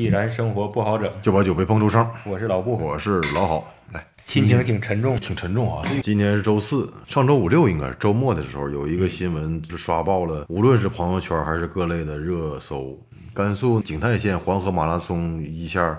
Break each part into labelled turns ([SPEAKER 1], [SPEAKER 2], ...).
[SPEAKER 1] 依然生活不好整。
[SPEAKER 2] 就把酒杯碰出声。
[SPEAKER 1] 我是老布，
[SPEAKER 2] 我是老好，来，
[SPEAKER 1] 心情挺沉重。
[SPEAKER 2] 挺沉重啊。今天是周四，上周五六应该是周末的时候，有一个新闻就刷爆了，无论是朋友圈还是各类的热搜。甘肃景泰县黄河马拉松一下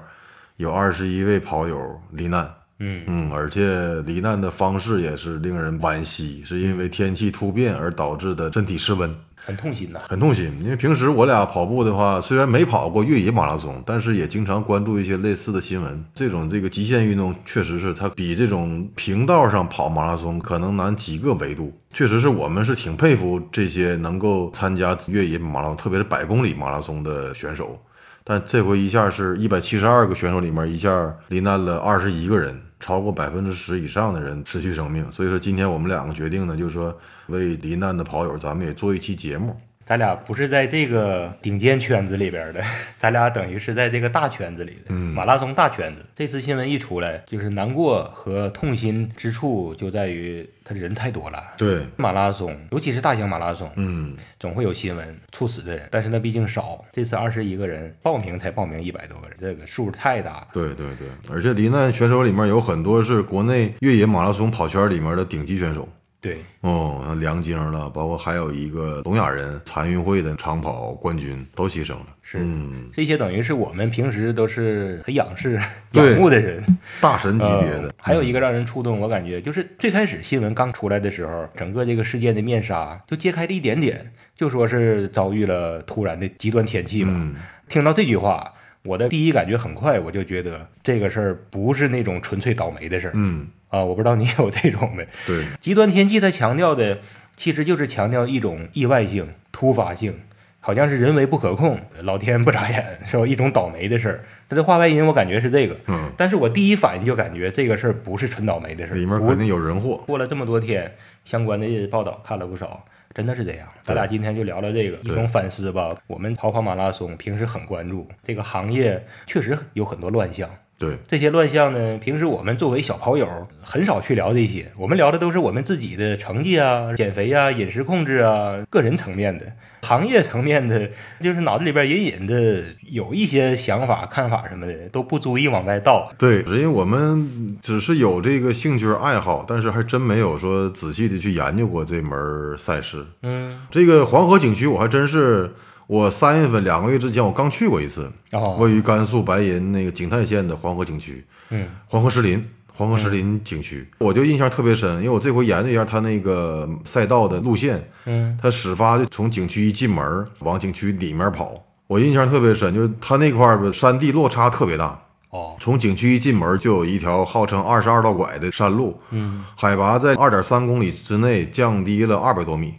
[SPEAKER 2] 有二十一位跑友罹难，
[SPEAKER 1] 嗯
[SPEAKER 2] 嗯，而且罹难的方式也是令人惋惜，是因为天气突变而导致的身体失温。
[SPEAKER 1] 很痛心呐。
[SPEAKER 2] 很痛心，因为平时我俩跑步的话，虽然没跑过越野马拉松，但是也经常关注一些类似的新闻。这种这个极限运动，确实是它比这种平道上跑马拉松可能难几个维度。确实是我们是挺佩服这些能够参加越野马拉松，特别是百公里马拉松的选手。但这回一下是一百七十二个选手里面，一下罹难了二十一个人，超过百分之十以上的人失去生命。所以说，今天我们两个决定呢，就是说为罹难的跑友，咱们也做一期节目。
[SPEAKER 1] 咱俩不是在这个顶尖圈子里边的， 咱俩等于是在这个大圈子里的、
[SPEAKER 2] 嗯
[SPEAKER 1] 马拉松大圈子。这次新闻一出来，就是难过和痛心之处就在于他人太多了。
[SPEAKER 2] 对，
[SPEAKER 1] 马拉松，尤其是大型马拉松，
[SPEAKER 2] 嗯，
[SPEAKER 1] 总会有新闻猝死的人，但是那毕竟少。这次二十一个人报名才报名一百多个人，这个数太大了。
[SPEAKER 2] 对对对，而且罹难选手里面有很多是国内越野马拉松跑圈里面的顶级选手。
[SPEAKER 1] 对，
[SPEAKER 2] 哦，像梁晶了，包括还有一个聋哑人残运会的长跑冠军都牺牲了。
[SPEAKER 1] 是
[SPEAKER 2] 嗯，
[SPEAKER 1] 这些等于是我们平时都是很仰视、
[SPEAKER 2] 对
[SPEAKER 1] 仰慕的人。
[SPEAKER 2] 大神级别
[SPEAKER 1] 呃
[SPEAKER 2] 的。
[SPEAKER 1] 还有一个让人触动，我感觉就是最开始新闻刚出来的时候，整个这个事件的面纱就揭开了一点点，就说是遭遇了突然的极端天气嘛。
[SPEAKER 2] 嗯，
[SPEAKER 1] 听到这句话，我的第一感觉很快我就觉得这个事儿不是那种纯粹倒霉的事儿
[SPEAKER 2] 嗯，
[SPEAKER 1] 啊，我不知道你有这种没？
[SPEAKER 2] 对，
[SPEAKER 1] 极端天气它强调的其实就是强调一种意外性、突发性，好像是人为不可控，老天不眨眼，是吧？一种倒霉的事儿。它的话外音我感觉是这个，
[SPEAKER 2] 嗯，
[SPEAKER 1] 但是我第一反应就感觉这个事儿不是纯倒霉的事儿。
[SPEAKER 2] 里面
[SPEAKER 1] 不
[SPEAKER 2] 肯定有人祸。
[SPEAKER 1] 过了这么多天，相关的报道看了不少，真的是这样。咱俩今天就聊聊这个，一
[SPEAKER 2] 对
[SPEAKER 1] 种反思吧。我们跑跑马拉松平时很关注，这个行业确实有很多乱象。
[SPEAKER 2] 对，
[SPEAKER 1] 这些乱象呢，平时我们作为小跑友很少去聊这些，我们聊的都是我们自己的成绩啊、减肥啊、饮食控制啊、个人层面的、行业层面的，就是脑子里边隐隐的有一些想法、看法什么的，都不足以往外倒。
[SPEAKER 2] 对，因为我们只是有这个兴趣爱好，但是还真没有说仔细的去研究过这门儿赛事。
[SPEAKER 1] 嗯，
[SPEAKER 2] 这个黄河景区，我还真是，我三月份两个月之前我刚去过一次，
[SPEAKER 1] 哦，
[SPEAKER 2] 位于甘肃白银那个景泰县的黄河景区，
[SPEAKER 1] 嗯，
[SPEAKER 2] 黄河石林。黄河石林景区，我就印象特别深，因为我这回研究一下它那个赛道的路线，
[SPEAKER 1] 嗯，
[SPEAKER 2] 它始发就从景区一进门儿往景区里面跑，我印象特别深，就是它那块儿吧山地落差特别大，
[SPEAKER 1] 哦，
[SPEAKER 2] 从景区一进门就有一条号称二十二道拐的山路，嗯，海拔在二点三公里之内降低了二百多米，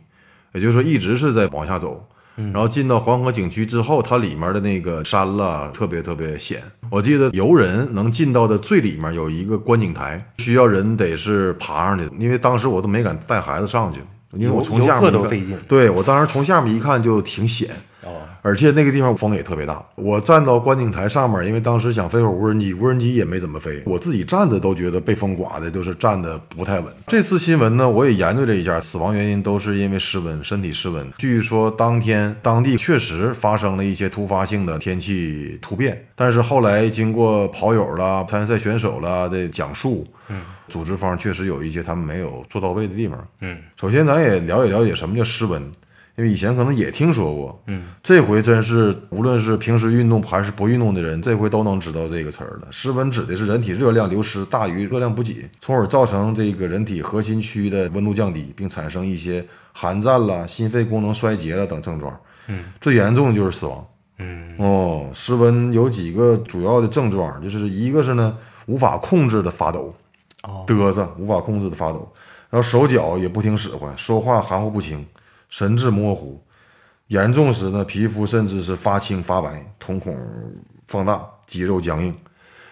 [SPEAKER 2] 也就是说一直是在往下走。
[SPEAKER 1] 嗯
[SPEAKER 2] 然后进到黄河景区之后，它里面的那个山啦，特别特别险。我记得游人能进到的最里面有一个观景台，需要人得是爬上去的，因为当时我都没敢带孩子上去，因为
[SPEAKER 1] 游
[SPEAKER 2] 我从下
[SPEAKER 1] 游客
[SPEAKER 2] 面
[SPEAKER 1] 都
[SPEAKER 2] 一看
[SPEAKER 1] 费劲
[SPEAKER 2] 对我当时从下面一看就挺险，
[SPEAKER 1] 哦，
[SPEAKER 2] 而且那个地方风也特别大。我站到观景台上面，因为当时想飞会儿无人机，无人机也没怎么飞，我自己站着都觉得被风刮的，就是站的不太稳。这次新闻呢，我也研究了一下，死亡原因都是因为失温，身体失温。据说当天当地确实发生了一些突发性的天气突变，但是后来经过跑友啦、参赛选手啦的讲述，嗯，组织方确实有一些他们没有做到位的地方。
[SPEAKER 1] 嗯，
[SPEAKER 2] 首先，咱也了解了解什么叫失温，因为以前可能也听说过，
[SPEAKER 1] 嗯，
[SPEAKER 2] 这回真是无论是平时运动还是不运动的人，这回都能知道这个词儿了。失温指的是人体热量流失大于热量补给，从而造成这个人体核心区的温度降低，并产生一些寒战啦、心肺功能衰竭了等症状。嗯，最严重的就是死亡。
[SPEAKER 1] 嗯，
[SPEAKER 2] 哦，失温有几个主要的症状，就是一个是呢无法控制的发抖，
[SPEAKER 1] 哦，
[SPEAKER 2] 嘚瑟，无法控制的发抖，然后手脚也不听使唤，说话含糊不清，神志模糊，严重时呢，皮肤甚至是发青发白，瞳孔放大，肌肉僵硬。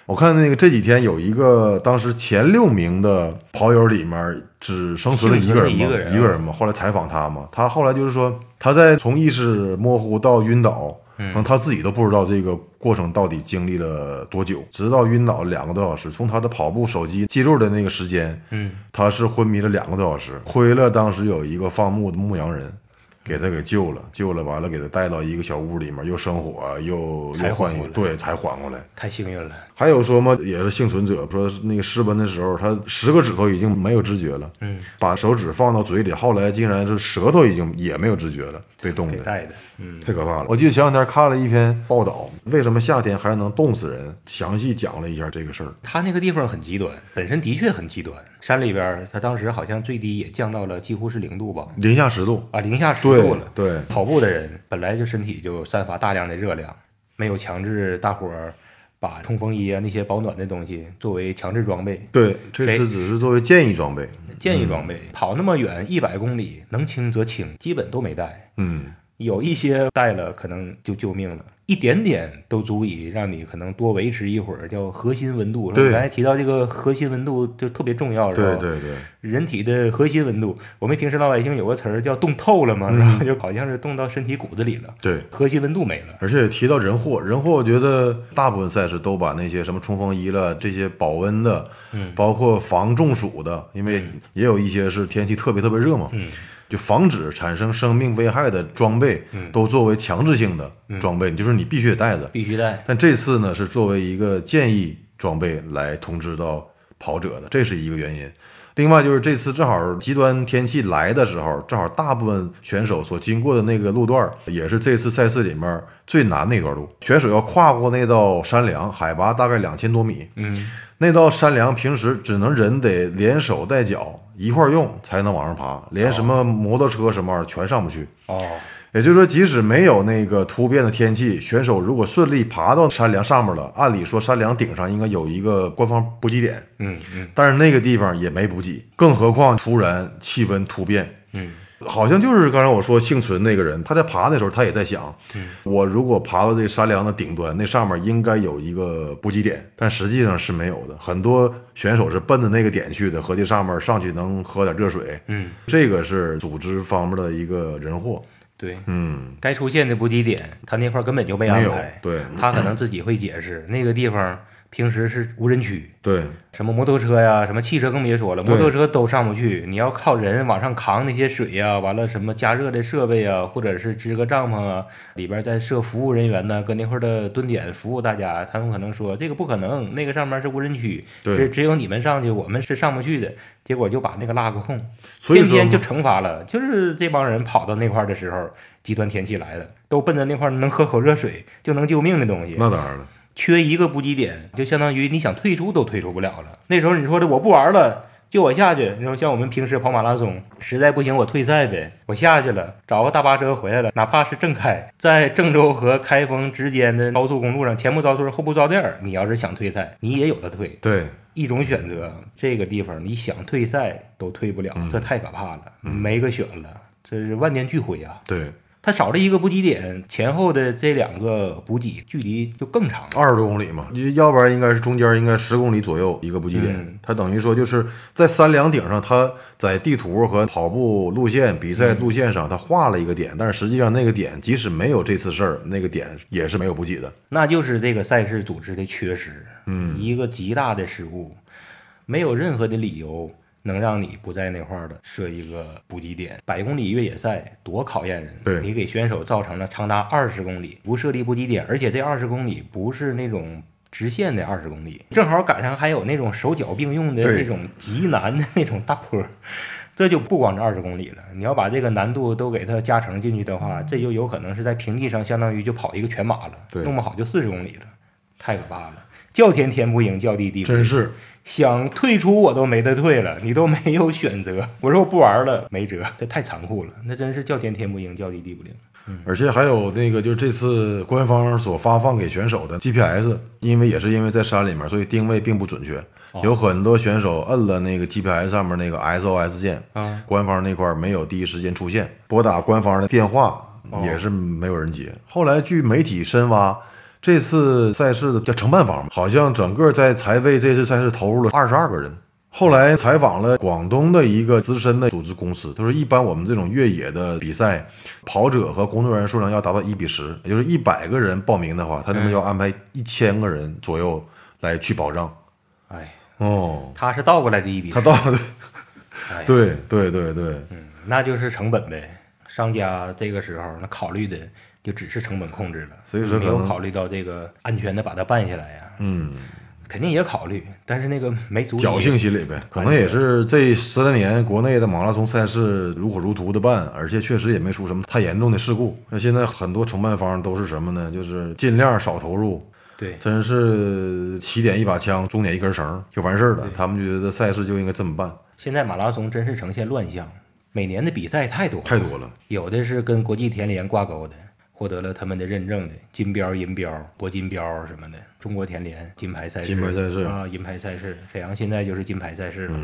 [SPEAKER 2] 我看那个这几天有一个当时前六名的跑友里面只生存了一个人嘛，
[SPEAKER 1] 幸存了一个人啊
[SPEAKER 2] 嘛。后来采访他嘛，他后来就是说他在从意识模糊到晕倒，
[SPEAKER 1] 嗯
[SPEAKER 2] 可能他自己都不知道这个过程到底经历了多久，直到晕倒两个多小时。从他的跑步手机记录的那个时间，
[SPEAKER 1] 嗯，
[SPEAKER 2] 他是昏迷了两个多小时，亏了当时有一个放牧的牧羊人。给他给救了，救了完了给他带到一个小屋里面，又生火又
[SPEAKER 1] 才
[SPEAKER 2] 又
[SPEAKER 1] 缓
[SPEAKER 2] 换
[SPEAKER 1] 过来
[SPEAKER 2] 对才缓过来。
[SPEAKER 1] 太幸运了，
[SPEAKER 2] 还有说嘛，也是幸存者说那个湿奔的时候，他十个指头已经没有知觉了，
[SPEAKER 1] 嗯，
[SPEAKER 2] 把手指放到嘴里，后来竟然是舌头已经也没有知觉了，被冻
[SPEAKER 1] 给
[SPEAKER 2] 的。
[SPEAKER 1] 带的，嗯，
[SPEAKER 2] 太可怕了！我记得前两天看了一篇报道，为什么夏天还能冻死人，详细讲了一下这个事儿。
[SPEAKER 1] 他那个地方很极端，本身的确很极端，山里边儿他当时好像最低也降到了几乎是零度吧，
[SPEAKER 2] 零下十度，
[SPEAKER 1] 啊，零下十
[SPEAKER 2] 对
[SPEAKER 1] 度了。
[SPEAKER 2] 对，
[SPEAKER 1] 跑步的人本来就身体就散发大量的热量，没有强制大伙儿把冲锋衣啊那些保暖的东西作为强制装备，
[SPEAKER 2] 对，这
[SPEAKER 1] 谁
[SPEAKER 2] 次只是作为建议装备。
[SPEAKER 1] 建议装备。跑那么远一百公里，能轻则轻，基本都没带。
[SPEAKER 2] 嗯，
[SPEAKER 1] 有一些带了，可能就救命了，一点点都足以让你可能多维持一会儿，叫核心温度。
[SPEAKER 2] 对
[SPEAKER 1] 你刚才提到这个核心温度就特别重要，是吧？
[SPEAKER 2] 对对对，
[SPEAKER 1] 人体的核心温度，我们平时老百姓有个词儿叫冻透了嘛，然后就好像是冻到身体骨子里了，
[SPEAKER 2] 对。
[SPEAKER 1] 核心温度没了。
[SPEAKER 2] 而且提到人祸，人祸，我觉得大部分赛事都把那些什么冲锋衣了、这些保温的，
[SPEAKER 1] 嗯
[SPEAKER 2] 包括防中暑的，因为也有一些是天气特别特别热嘛，
[SPEAKER 1] 嗯，
[SPEAKER 2] 就防止产生生命危害的装备，
[SPEAKER 1] 嗯
[SPEAKER 2] 都作为强制性的装备，就是你必须得带着。
[SPEAKER 1] 必须带。
[SPEAKER 2] 但这次呢，是作为一个建议装备来通知到跑者的，这是一个原因。另外就是这次正好极端天气来的时候，正好大部分选手所经过的那个路段儿，也是这次赛事里面最难那段路。选手要跨过那道山梁，海拔大概两千多米。
[SPEAKER 1] 嗯，
[SPEAKER 2] 那道山梁平时只能人得连手带脚一块儿用才能往上爬，连什么摩托车什么玩意儿全上不去。
[SPEAKER 1] 哦，
[SPEAKER 2] 也就是说，即使没有那个突变的天气，选手如果顺利爬到山梁上面了，按理说山梁顶上应该有一个官方补给点，
[SPEAKER 1] 嗯嗯
[SPEAKER 2] 但是那个地方也没补给，更何况突然气温突变。
[SPEAKER 1] 嗯，
[SPEAKER 2] 好像就是刚才我说幸存那个人，他在爬的时候，他也在想，我如果爬到这山梁的顶端，那上面应该有一个补给点，但实际上是没有的。很多选手是奔着那个点去的，合计上面上去能喝点热水，
[SPEAKER 1] 嗯，
[SPEAKER 2] 这个是组织方面的一个人祸。
[SPEAKER 1] 对，
[SPEAKER 2] 嗯，
[SPEAKER 1] 该出现的补给点，他那块儿根本就没安
[SPEAKER 2] 没有
[SPEAKER 1] 排。
[SPEAKER 2] 对
[SPEAKER 1] 他可能自己会解释，那个地方平时是无人区，
[SPEAKER 2] 对
[SPEAKER 1] 什么摩托车呀，什么汽车更别说了，
[SPEAKER 2] 对
[SPEAKER 1] 摩托车都上不去，你要靠人往上扛那些水呀，完了什么加热的设备啊，或者是支个帐篷啊，里边再设服务人员呢，跟那块儿的蹲点服务大家，他们可能说这个不可能，那个上面是无人区，
[SPEAKER 2] 对
[SPEAKER 1] 只只有你们上去，我们是上不去的，结果就把那个落个空，
[SPEAKER 2] 所以
[SPEAKER 1] 天
[SPEAKER 2] 说
[SPEAKER 1] 天
[SPEAKER 2] 嘛
[SPEAKER 1] 就惩罚了，就是这帮人跑到那块儿的时候，极端天气来了，都奔着那块儿能喝口热水就能救命的东西，
[SPEAKER 2] 那当然了，
[SPEAKER 1] 缺一个补给点，就相当于你想退出都退出不了了。那时候你说的我不玩了，就我下去。然后像我们平时跑马拉松，实在不行我退赛呗，我下去了，找个大巴车回来了，哪怕是正开，在郑州和开封之间的高速公路上，前不着村后不着店儿，你要是想退赛，你也有的退。
[SPEAKER 2] 对，
[SPEAKER 1] 一种选择，这个地方你想退赛都退不了，这太可怕了，没个选了，这是万念俱灰啊！
[SPEAKER 2] 对，
[SPEAKER 1] 它少了一个补给点，前后的这两个补给距离就更长了。
[SPEAKER 2] 二十多公里嘛，你要不然应该是中间应该十公里左右一个补给点，
[SPEAKER 1] 嗯
[SPEAKER 2] 它等于说就是在三梁顶上，它在地图和跑步路线、比
[SPEAKER 1] 嗯
[SPEAKER 2] 赛路线上，它画了一个点，但是实际上那个点即使没有这次事儿，那个点也是没有补给的。
[SPEAKER 1] 那就是这个赛事组织的缺失，嗯，一个极大的失误，没有任何的理由能让你不在那块儿的设一个补给点。百公里越野赛多考验人，
[SPEAKER 2] 对
[SPEAKER 1] 你给选手造成了长达二十公里不设立补给点，而且这二十公里不是那种。直线的二十公里，正好赶上还有那种手脚并用的
[SPEAKER 2] 对
[SPEAKER 1] 那种极难的那种大坡，这就不光是二十公里了。你要把这个难度都给它加成进去的话，这就有可能是在平地上相当于就跑一个全马了，
[SPEAKER 2] 对
[SPEAKER 1] 弄不好就四十公里了，太可怕了！叫天天不应，叫地地不
[SPEAKER 2] 真
[SPEAKER 1] 灵
[SPEAKER 2] 是，
[SPEAKER 1] 想退出我都没得退了，你都没有选择。我说我不玩了，没辙，这太残酷了，那真是叫天天不应，叫地地不灵。
[SPEAKER 2] 而且还有那个，就是这次官方所发放给选手的 GPS，因为也是因为在山里面，所以定位并不准确，
[SPEAKER 1] 哦
[SPEAKER 2] 有很多选手摁了那个 GPS 上面那个 SOS 键，
[SPEAKER 1] 啊
[SPEAKER 2] 官方那块儿没有第一时间出现，拨打官方的电话
[SPEAKER 1] 哦
[SPEAKER 2] 也是没有人接。后来据媒体深挖。这次赛事的承办方好像整个在才为这次赛事投入了二十二个人，后来采访了广东的一个资深的组织公司，他说一般我们这种越野的比赛，跑者和工作人员数量要达到一比十，也就是一百个人报名的话，他那边要安排一千个人左右来去保障。
[SPEAKER 1] 哎，
[SPEAKER 2] 哦，
[SPEAKER 1] 他是倒过来的一笔
[SPEAKER 2] 他，到
[SPEAKER 1] 哎
[SPEAKER 2] 对对对对
[SPEAKER 1] 嗯那就是成本呗。商家这个时候那考虑的就只是成本控制了，
[SPEAKER 2] 所以说
[SPEAKER 1] 没
[SPEAKER 2] 可
[SPEAKER 1] 有
[SPEAKER 2] 能
[SPEAKER 1] 考虑到这个安全的把它办下来呀、
[SPEAKER 2] 嗯，
[SPEAKER 1] 肯定也考虑，但是那个没足以
[SPEAKER 2] 侥幸心理呗，可能也是这十来年国内的马拉松赛事如火如荼的办，而且确实也没出什么太严重的事故。那现在很多承办方都是什么呢？就是尽量少投入，
[SPEAKER 1] 对
[SPEAKER 2] 真是起点一把枪，终点一根绳儿就完事儿了。他们觉得赛事就应该这么办，
[SPEAKER 1] 现在马拉松真是呈现乱象，每年的比赛太多了，
[SPEAKER 2] 太多了。
[SPEAKER 1] 有的是跟国际田联挂钩的，获得了他们的认证的金标、银标、铂金标什么的。中国田联金牌赛事，
[SPEAKER 2] 金牌赛事嗯
[SPEAKER 1] 啊，银牌赛事，沈阳现在就是金牌赛事了。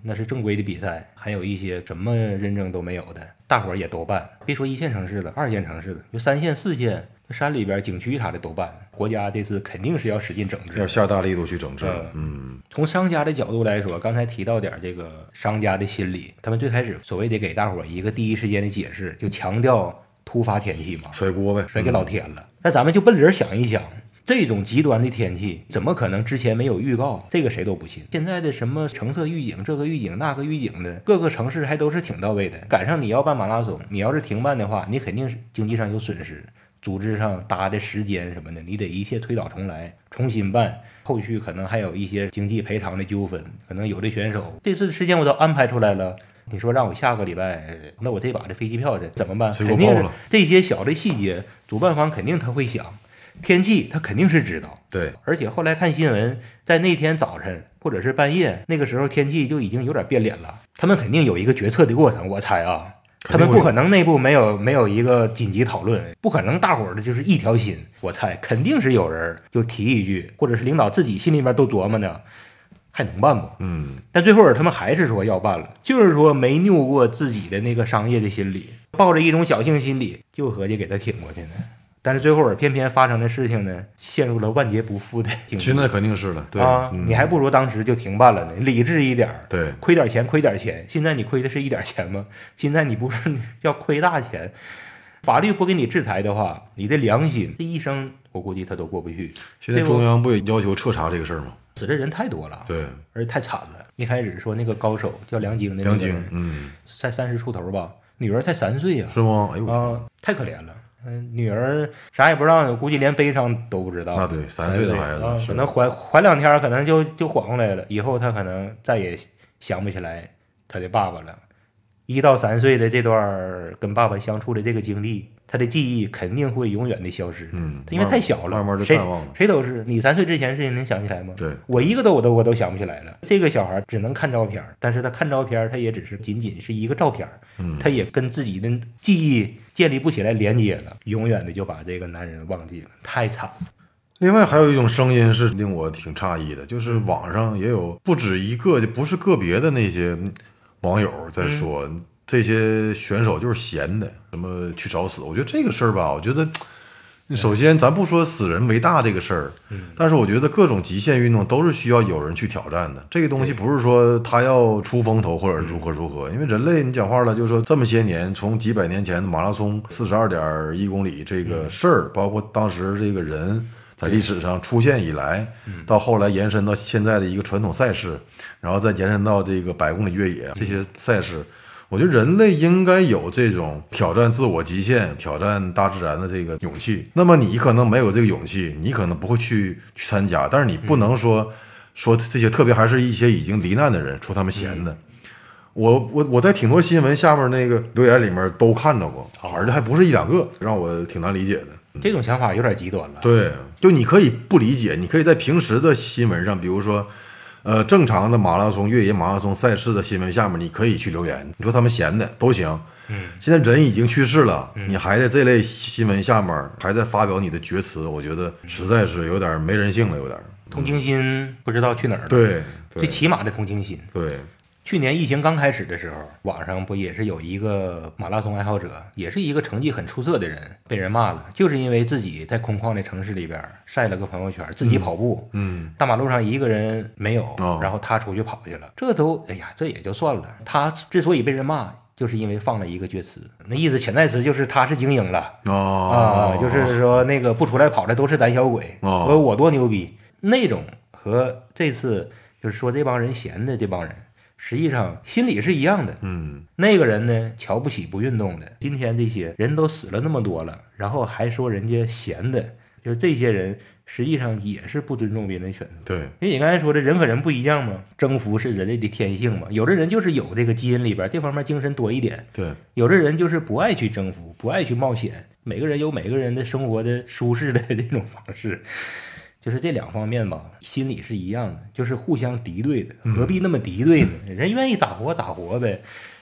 [SPEAKER 1] 那是正规的比赛，还有一些什么认证都没有的，大伙儿也都办。别说一线城市了，二线城市了，就三线、四线，山里边景区啥的都办。国家这次肯定是要使劲整治的
[SPEAKER 2] 要，下大力度去整治了，嗯，
[SPEAKER 1] 从商家的角度来说，刚才提到点儿这个商家的心理，他们最开始所谓的给大伙儿一个第一时间的解释，就强调突发天气嘛，
[SPEAKER 2] 甩锅呗，
[SPEAKER 1] 甩给老天了。那咱们就奔着想一想，这种极端的天气怎么可能之前没有预告？这个谁都不信。现在的什么橙色预警、这个预警、那个预警的，各个城市还都是挺到位的。赶上你要办马拉松，你要是停办的话，你肯定是经济上有损失。组织上搭的时间什么的，你得一切推倒重来，重新办。后续可能还有一些经济赔偿的纠纷，可能有的选手这次时间我都安排出来了，你说让我下个礼拜，那我这把这飞机票这怎么办？
[SPEAKER 2] 谁
[SPEAKER 1] 肯
[SPEAKER 2] 给我
[SPEAKER 1] 定
[SPEAKER 2] 报
[SPEAKER 1] 是
[SPEAKER 2] 了
[SPEAKER 1] 这些小的细节，主办方肯定他会想，天气他肯定是知道，
[SPEAKER 2] 对，
[SPEAKER 1] 而且后来看新闻，在那天早晨或者是半夜那个时候，天气就已经有点变脸了，他们肯定有一个决策的过程，我猜啊。他
[SPEAKER 2] 肯定
[SPEAKER 1] 们
[SPEAKER 2] 会
[SPEAKER 1] 不可能内部没有没有一个紧急讨论，不可能大伙儿的就是一条心。我猜肯定是有人就提一句，或者是领导自己心里面都琢磨呢，还能办不？
[SPEAKER 2] 嗯，
[SPEAKER 1] 但最后他们还是说要办了，就是说没拗过自己的那个商业的心理，抱着一种侥幸心理，就合计给他挺过去呢。但是最后偏偏发生的事情呢，陷入了万劫不复的境
[SPEAKER 2] 现
[SPEAKER 1] 地
[SPEAKER 2] 在肯定是了，对，
[SPEAKER 1] 啊！
[SPEAKER 2] 嗯
[SPEAKER 1] 你还不如当时就停办了呢，理智一点儿。
[SPEAKER 2] 对，
[SPEAKER 1] 亏点钱，亏点钱。现在你亏的是一点钱吗？现在你不是要亏大钱？法律不给你制裁的话，你的良心这一生，我估计他都过不去。
[SPEAKER 2] 现在
[SPEAKER 1] 对不
[SPEAKER 2] 中央不也要求彻查这个事儿吗？
[SPEAKER 1] 死的人太多了，
[SPEAKER 2] 对，
[SPEAKER 1] 而且太惨了。一开始说那个高手叫梁晶的那
[SPEAKER 2] 梁
[SPEAKER 1] 个
[SPEAKER 2] 晶
[SPEAKER 1] 人，，
[SPEAKER 2] 嗯，
[SPEAKER 1] 才三十出头吧，女儿才三岁呀、
[SPEAKER 2] 是吗？哎呦
[SPEAKER 1] 啊，
[SPEAKER 2] 我天，
[SPEAKER 1] 太可怜了。嗯，女儿啥也不知道，估计连悲伤都不知道。
[SPEAKER 2] 那对三
[SPEAKER 1] 啊三岁
[SPEAKER 2] 岁的孩子
[SPEAKER 1] 啊
[SPEAKER 2] 是
[SPEAKER 1] 可能缓缓两天，可能就就缓过来了。以后他可能再也想不起来他的爸爸了。一到三岁的这段儿跟爸爸相处的这个经历，他的记忆肯定会永远的消失。
[SPEAKER 2] 嗯，
[SPEAKER 1] 他因为
[SPEAKER 2] 慢慢
[SPEAKER 1] 太小了，
[SPEAKER 2] 慢慢就
[SPEAKER 1] 谁
[SPEAKER 2] 淡忘了，
[SPEAKER 1] 谁都是。你三岁之前事情能想起来吗？
[SPEAKER 2] 对，
[SPEAKER 1] 我一个都我都我都想不起来了。这个小孩只能看照片儿，但是他看照片儿，他也只是仅仅是一个照片儿，
[SPEAKER 2] 嗯，
[SPEAKER 1] 他也跟自己的记忆建立不起来连接了，永远的就把这个男人忘记了，太惨了。
[SPEAKER 2] 另外还有一种声音是令我挺诧异的，就是网上也有不止一个，就不是个别的那些网友在说、这些选手就是闲的，什么去找死。我觉得这个事儿吧，我觉得。首先，咱不说死人为大这个事儿，但是我觉得各种极限运动都是需要有人去挑战的。这个东西不是说他要出风头或者如何如何，因为人类你讲话了，就是说这么些年，从几百年前的马拉松四十二点一公里这个事儿，包括当时这个人在历史上出现以来，到后来延伸到现在的一个传统赛事，然后再延伸到这个百公里越野这些赛事。我觉得人类应该有这种挑战自我极限、挑战大自然的这个勇气。那么你可能没有这个勇气，你可能不会去去参加，但是你不能说、说这些，特别还是一些已经罹难的人说他们闲的。我我我在挺多新闻下面那个留言里面都看到过，而且还不是一两个，让我挺难理解的。
[SPEAKER 1] 这种想法有点极端了。
[SPEAKER 2] 对，就你可以不理解，你可以在平时的新闻上，比如说，呃，正常的马拉松、越野马拉松赛事的新闻下面，你可以去留言，你说他们闲的都行。
[SPEAKER 1] 嗯，
[SPEAKER 2] 现在人已经去世了，你还在这类新闻下面还在发表你的厥词，我觉得实在是有点没人性了，有点。
[SPEAKER 1] 同情心不知道去哪儿了。，
[SPEAKER 2] 对，
[SPEAKER 1] 最
[SPEAKER 2] 对，
[SPEAKER 1] 起码的同情心。
[SPEAKER 2] 对，
[SPEAKER 1] 去年疫情刚开始的时候，网上不也是有一个马拉松爱好者，也是一个成绩很出色的人，被人骂了，就是因为自己在空旷的城市里边晒了个朋友圈，自己跑步，
[SPEAKER 2] 嗯，
[SPEAKER 1] 大马路上一个人没有
[SPEAKER 2] 哦，
[SPEAKER 1] 然后他出去跑去了，这都哎呀，这也就算了。他之所以被人骂，就是因为放了一个厥词，那意思潜台词就是他是精英了。
[SPEAKER 2] 哦
[SPEAKER 1] 啊，，就是说那个不出来跑的都是胆小鬼，
[SPEAKER 2] 哦
[SPEAKER 1] 我我多牛逼那种和这次就是说这帮人闲的这帮人，实际上心理是一样的。
[SPEAKER 2] 嗯，
[SPEAKER 1] 那个人呢，瞧不起不运动的。今天这些人都死了那么多了，然后还说人家闲的，就是这些人实际上也是不尊重别人选择。
[SPEAKER 2] 对，
[SPEAKER 1] 因为你刚才说的人和人不一样嘛，征服是人类的天性嘛。有的人就是有这个基因里边这方面精神多一点，
[SPEAKER 2] 对，
[SPEAKER 1] 有的人就是不爱去征服，不爱去冒险。每个人有每个人的生活的舒适的 这种方式，就是这两方面吧，心理是一样的，就是互相敌对的，何必那么敌对呢？人愿意咋活咋活呗。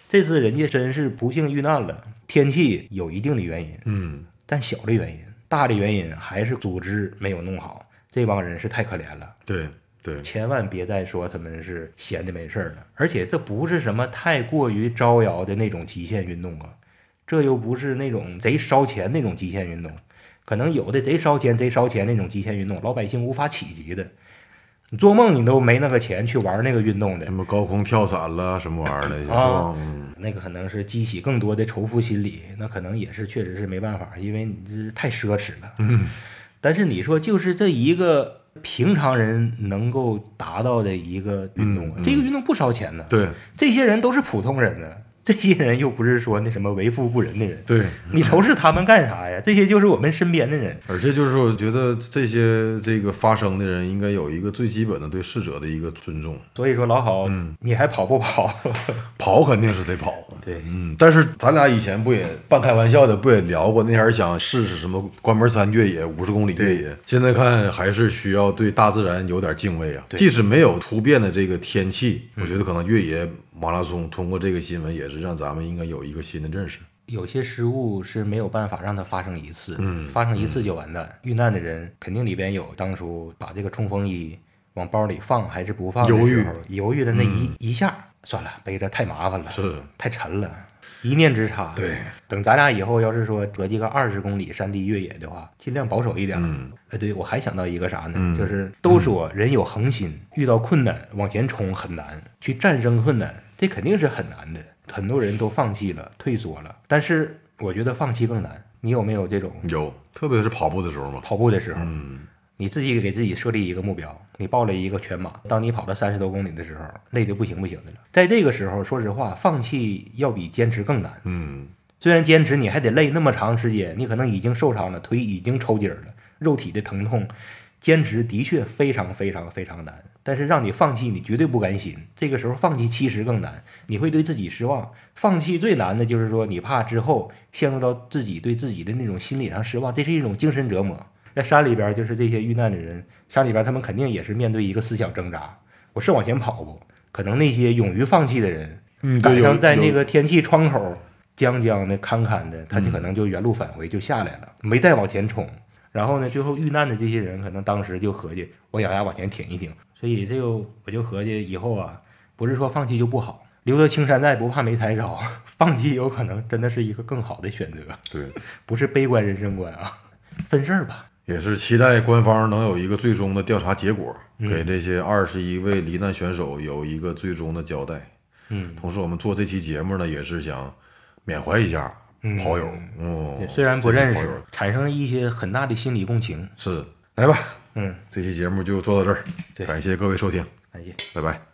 [SPEAKER 1] 这次人家真是不幸遇难了，天气有一定的原因，
[SPEAKER 2] 嗯，
[SPEAKER 1] 但小的原因，大的原因还是组织没有弄好，这帮人是太可怜了。
[SPEAKER 2] 对，对，
[SPEAKER 1] 千万别再说他们是闲的没事儿了。而且这不是什么太过于招摇的那种极限运动啊，这又不是那种贼烧钱那种极限运动，可能有的贼烧钱贼烧钱那种极限运动，老百姓无法企及的。你做梦你都没那个钱去玩那个运动的
[SPEAKER 2] 什，么高空跳伞啦，什么玩意儿的，是吧
[SPEAKER 1] 啊？
[SPEAKER 2] 嗯，
[SPEAKER 1] 那个可能是激起更多的仇富心理，那可能也是确实是没办法，因为你这太奢侈了。嗯，但是你说就是这一个平常人能够达到的一个运动啊，
[SPEAKER 2] 嗯嗯
[SPEAKER 1] 这个运动不烧钱呢。
[SPEAKER 2] 对，
[SPEAKER 1] 这些人都是普通人呢， 这些人又不是说那什么为富不仁的人，
[SPEAKER 2] 对，
[SPEAKER 1] 你仇视他们干啥呀？这些就是我们身边的人。
[SPEAKER 2] 而且就是我觉得这些这个发声的人应该有一个最基本的对逝者的一个尊重，
[SPEAKER 1] 所以说老郝，
[SPEAKER 2] 嗯
[SPEAKER 1] 你还跑不跑？
[SPEAKER 2] 跑肯定是得跑。
[SPEAKER 1] 对
[SPEAKER 2] 嗯，但是咱俩以前不也半开玩笑的不也聊过，那前儿想试试什么关门山越野、五十公里越野，现在看还是需要对大自然有点敬畏啊。
[SPEAKER 1] 对
[SPEAKER 2] 即使没有突变的这个天气，我觉得可能越野马拉松通过这个新闻也是让咱们应该有一个新的认识。
[SPEAKER 1] 有些失误是没有办法让它发生一次，
[SPEAKER 2] 嗯
[SPEAKER 1] 发生一次就完蛋。遇难的人肯定里边有当初把这个冲锋衣往包里放还是不放的
[SPEAKER 2] 犹豫嗯
[SPEAKER 1] 时候犹豫的那一、一下，算了，背着太麻烦了，
[SPEAKER 2] 是
[SPEAKER 1] 太沉了，一念之差。
[SPEAKER 2] 啊对，
[SPEAKER 1] 等咱俩以后要是说折计个二十公里山地越野的话，尽量保守一点。
[SPEAKER 2] 嗯，
[SPEAKER 1] 哎，对我还想到一个啥呢？
[SPEAKER 2] 嗯
[SPEAKER 1] 就是都说人有恒心，遇到困难往前冲很难，去战胜困难，这肯定是很难的。很多人都放弃了，退缩了，但是我觉得放弃更难。你有没有这种
[SPEAKER 2] 有，特别是跑步的时候嘛。
[SPEAKER 1] 跑步的时候，
[SPEAKER 2] 嗯，
[SPEAKER 1] 你自己给自己设立一个目标，你报了一个全马，当你跑到三十多公里的时候，累得不行不行的了。在这个时候，说实话，放弃要比坚持更难。
[SPEAKER 2] 嗯，
[SPEAKER 1] 虽然坚持你还得累那么长时间，你可能已经受伤了，腿已经抽筋儿了，肉体的疼痛，坚持的确非常非常非常难。但是让你放弃，你绝对不甘心。这个时候放弃其实更难，你会对自己失望。放弃最难的就是说，你怕之后陷入到自己对自己的那种心理上失望，这是一种精神折磨。在山里边，就是这些遇难的人，山里边他们肯定也是面对一个思想挣扎：我是往前跑不？可能那些勇于放弃的人，
[SPEAKER 2] 嗯对
[SPEAKER 1] 赶上
[SPEAKER 2] 有
[SPEAKER 1] 在那
[SPEAKER 2] 有嗯
[SPEAKER 1] 个天气窗口，将将的、堪堪的，他就可能就原路返回，就下来了，没再往前冲。然后呢，最后遇难的这些人，可能当时就合计，我咬牙往前挺一挺。所以这个我就合计以后啊，不是说放弃就不好，留得青山在，不怕没柴烧。放弃有可能真的是一个更好的选择，
[SPEAKER 2] 对。
[SPEAKER 1] 不是悲观人生观啊。分事儿吧，
[SPEAKER 2] 也是期待官方能有一个最终的调查结果，
[SPEAKER 1] 嗯
[SPEAKER 2] 给这些二十一位罹难选手有一个最终的交代。
[SPEAKER 1] 嗯，
[SPEAKER 2] 同时，我们做这期节目呢，也是想缅怀一下
[SPEAKER 1] 嗯
[SPEAKER 2] 跑友。嗯，
[SPEAKER 1] 对虽然不认
[SPEAKER 2] 这些
[SPEAKER 1] 识，产生一些很大的心理共情。
[SPEAKER 2] 跑友是来吧，
[SPEAKER 1] 嗯，
[SPEAKER 2] 这期节目就做到这儿，
[SPEAKER 1] 对
[SPEAKER 2] 感谢各位收听，
[SPEAKER 1] 感谢。
[SPEAKER 2] 拜拜。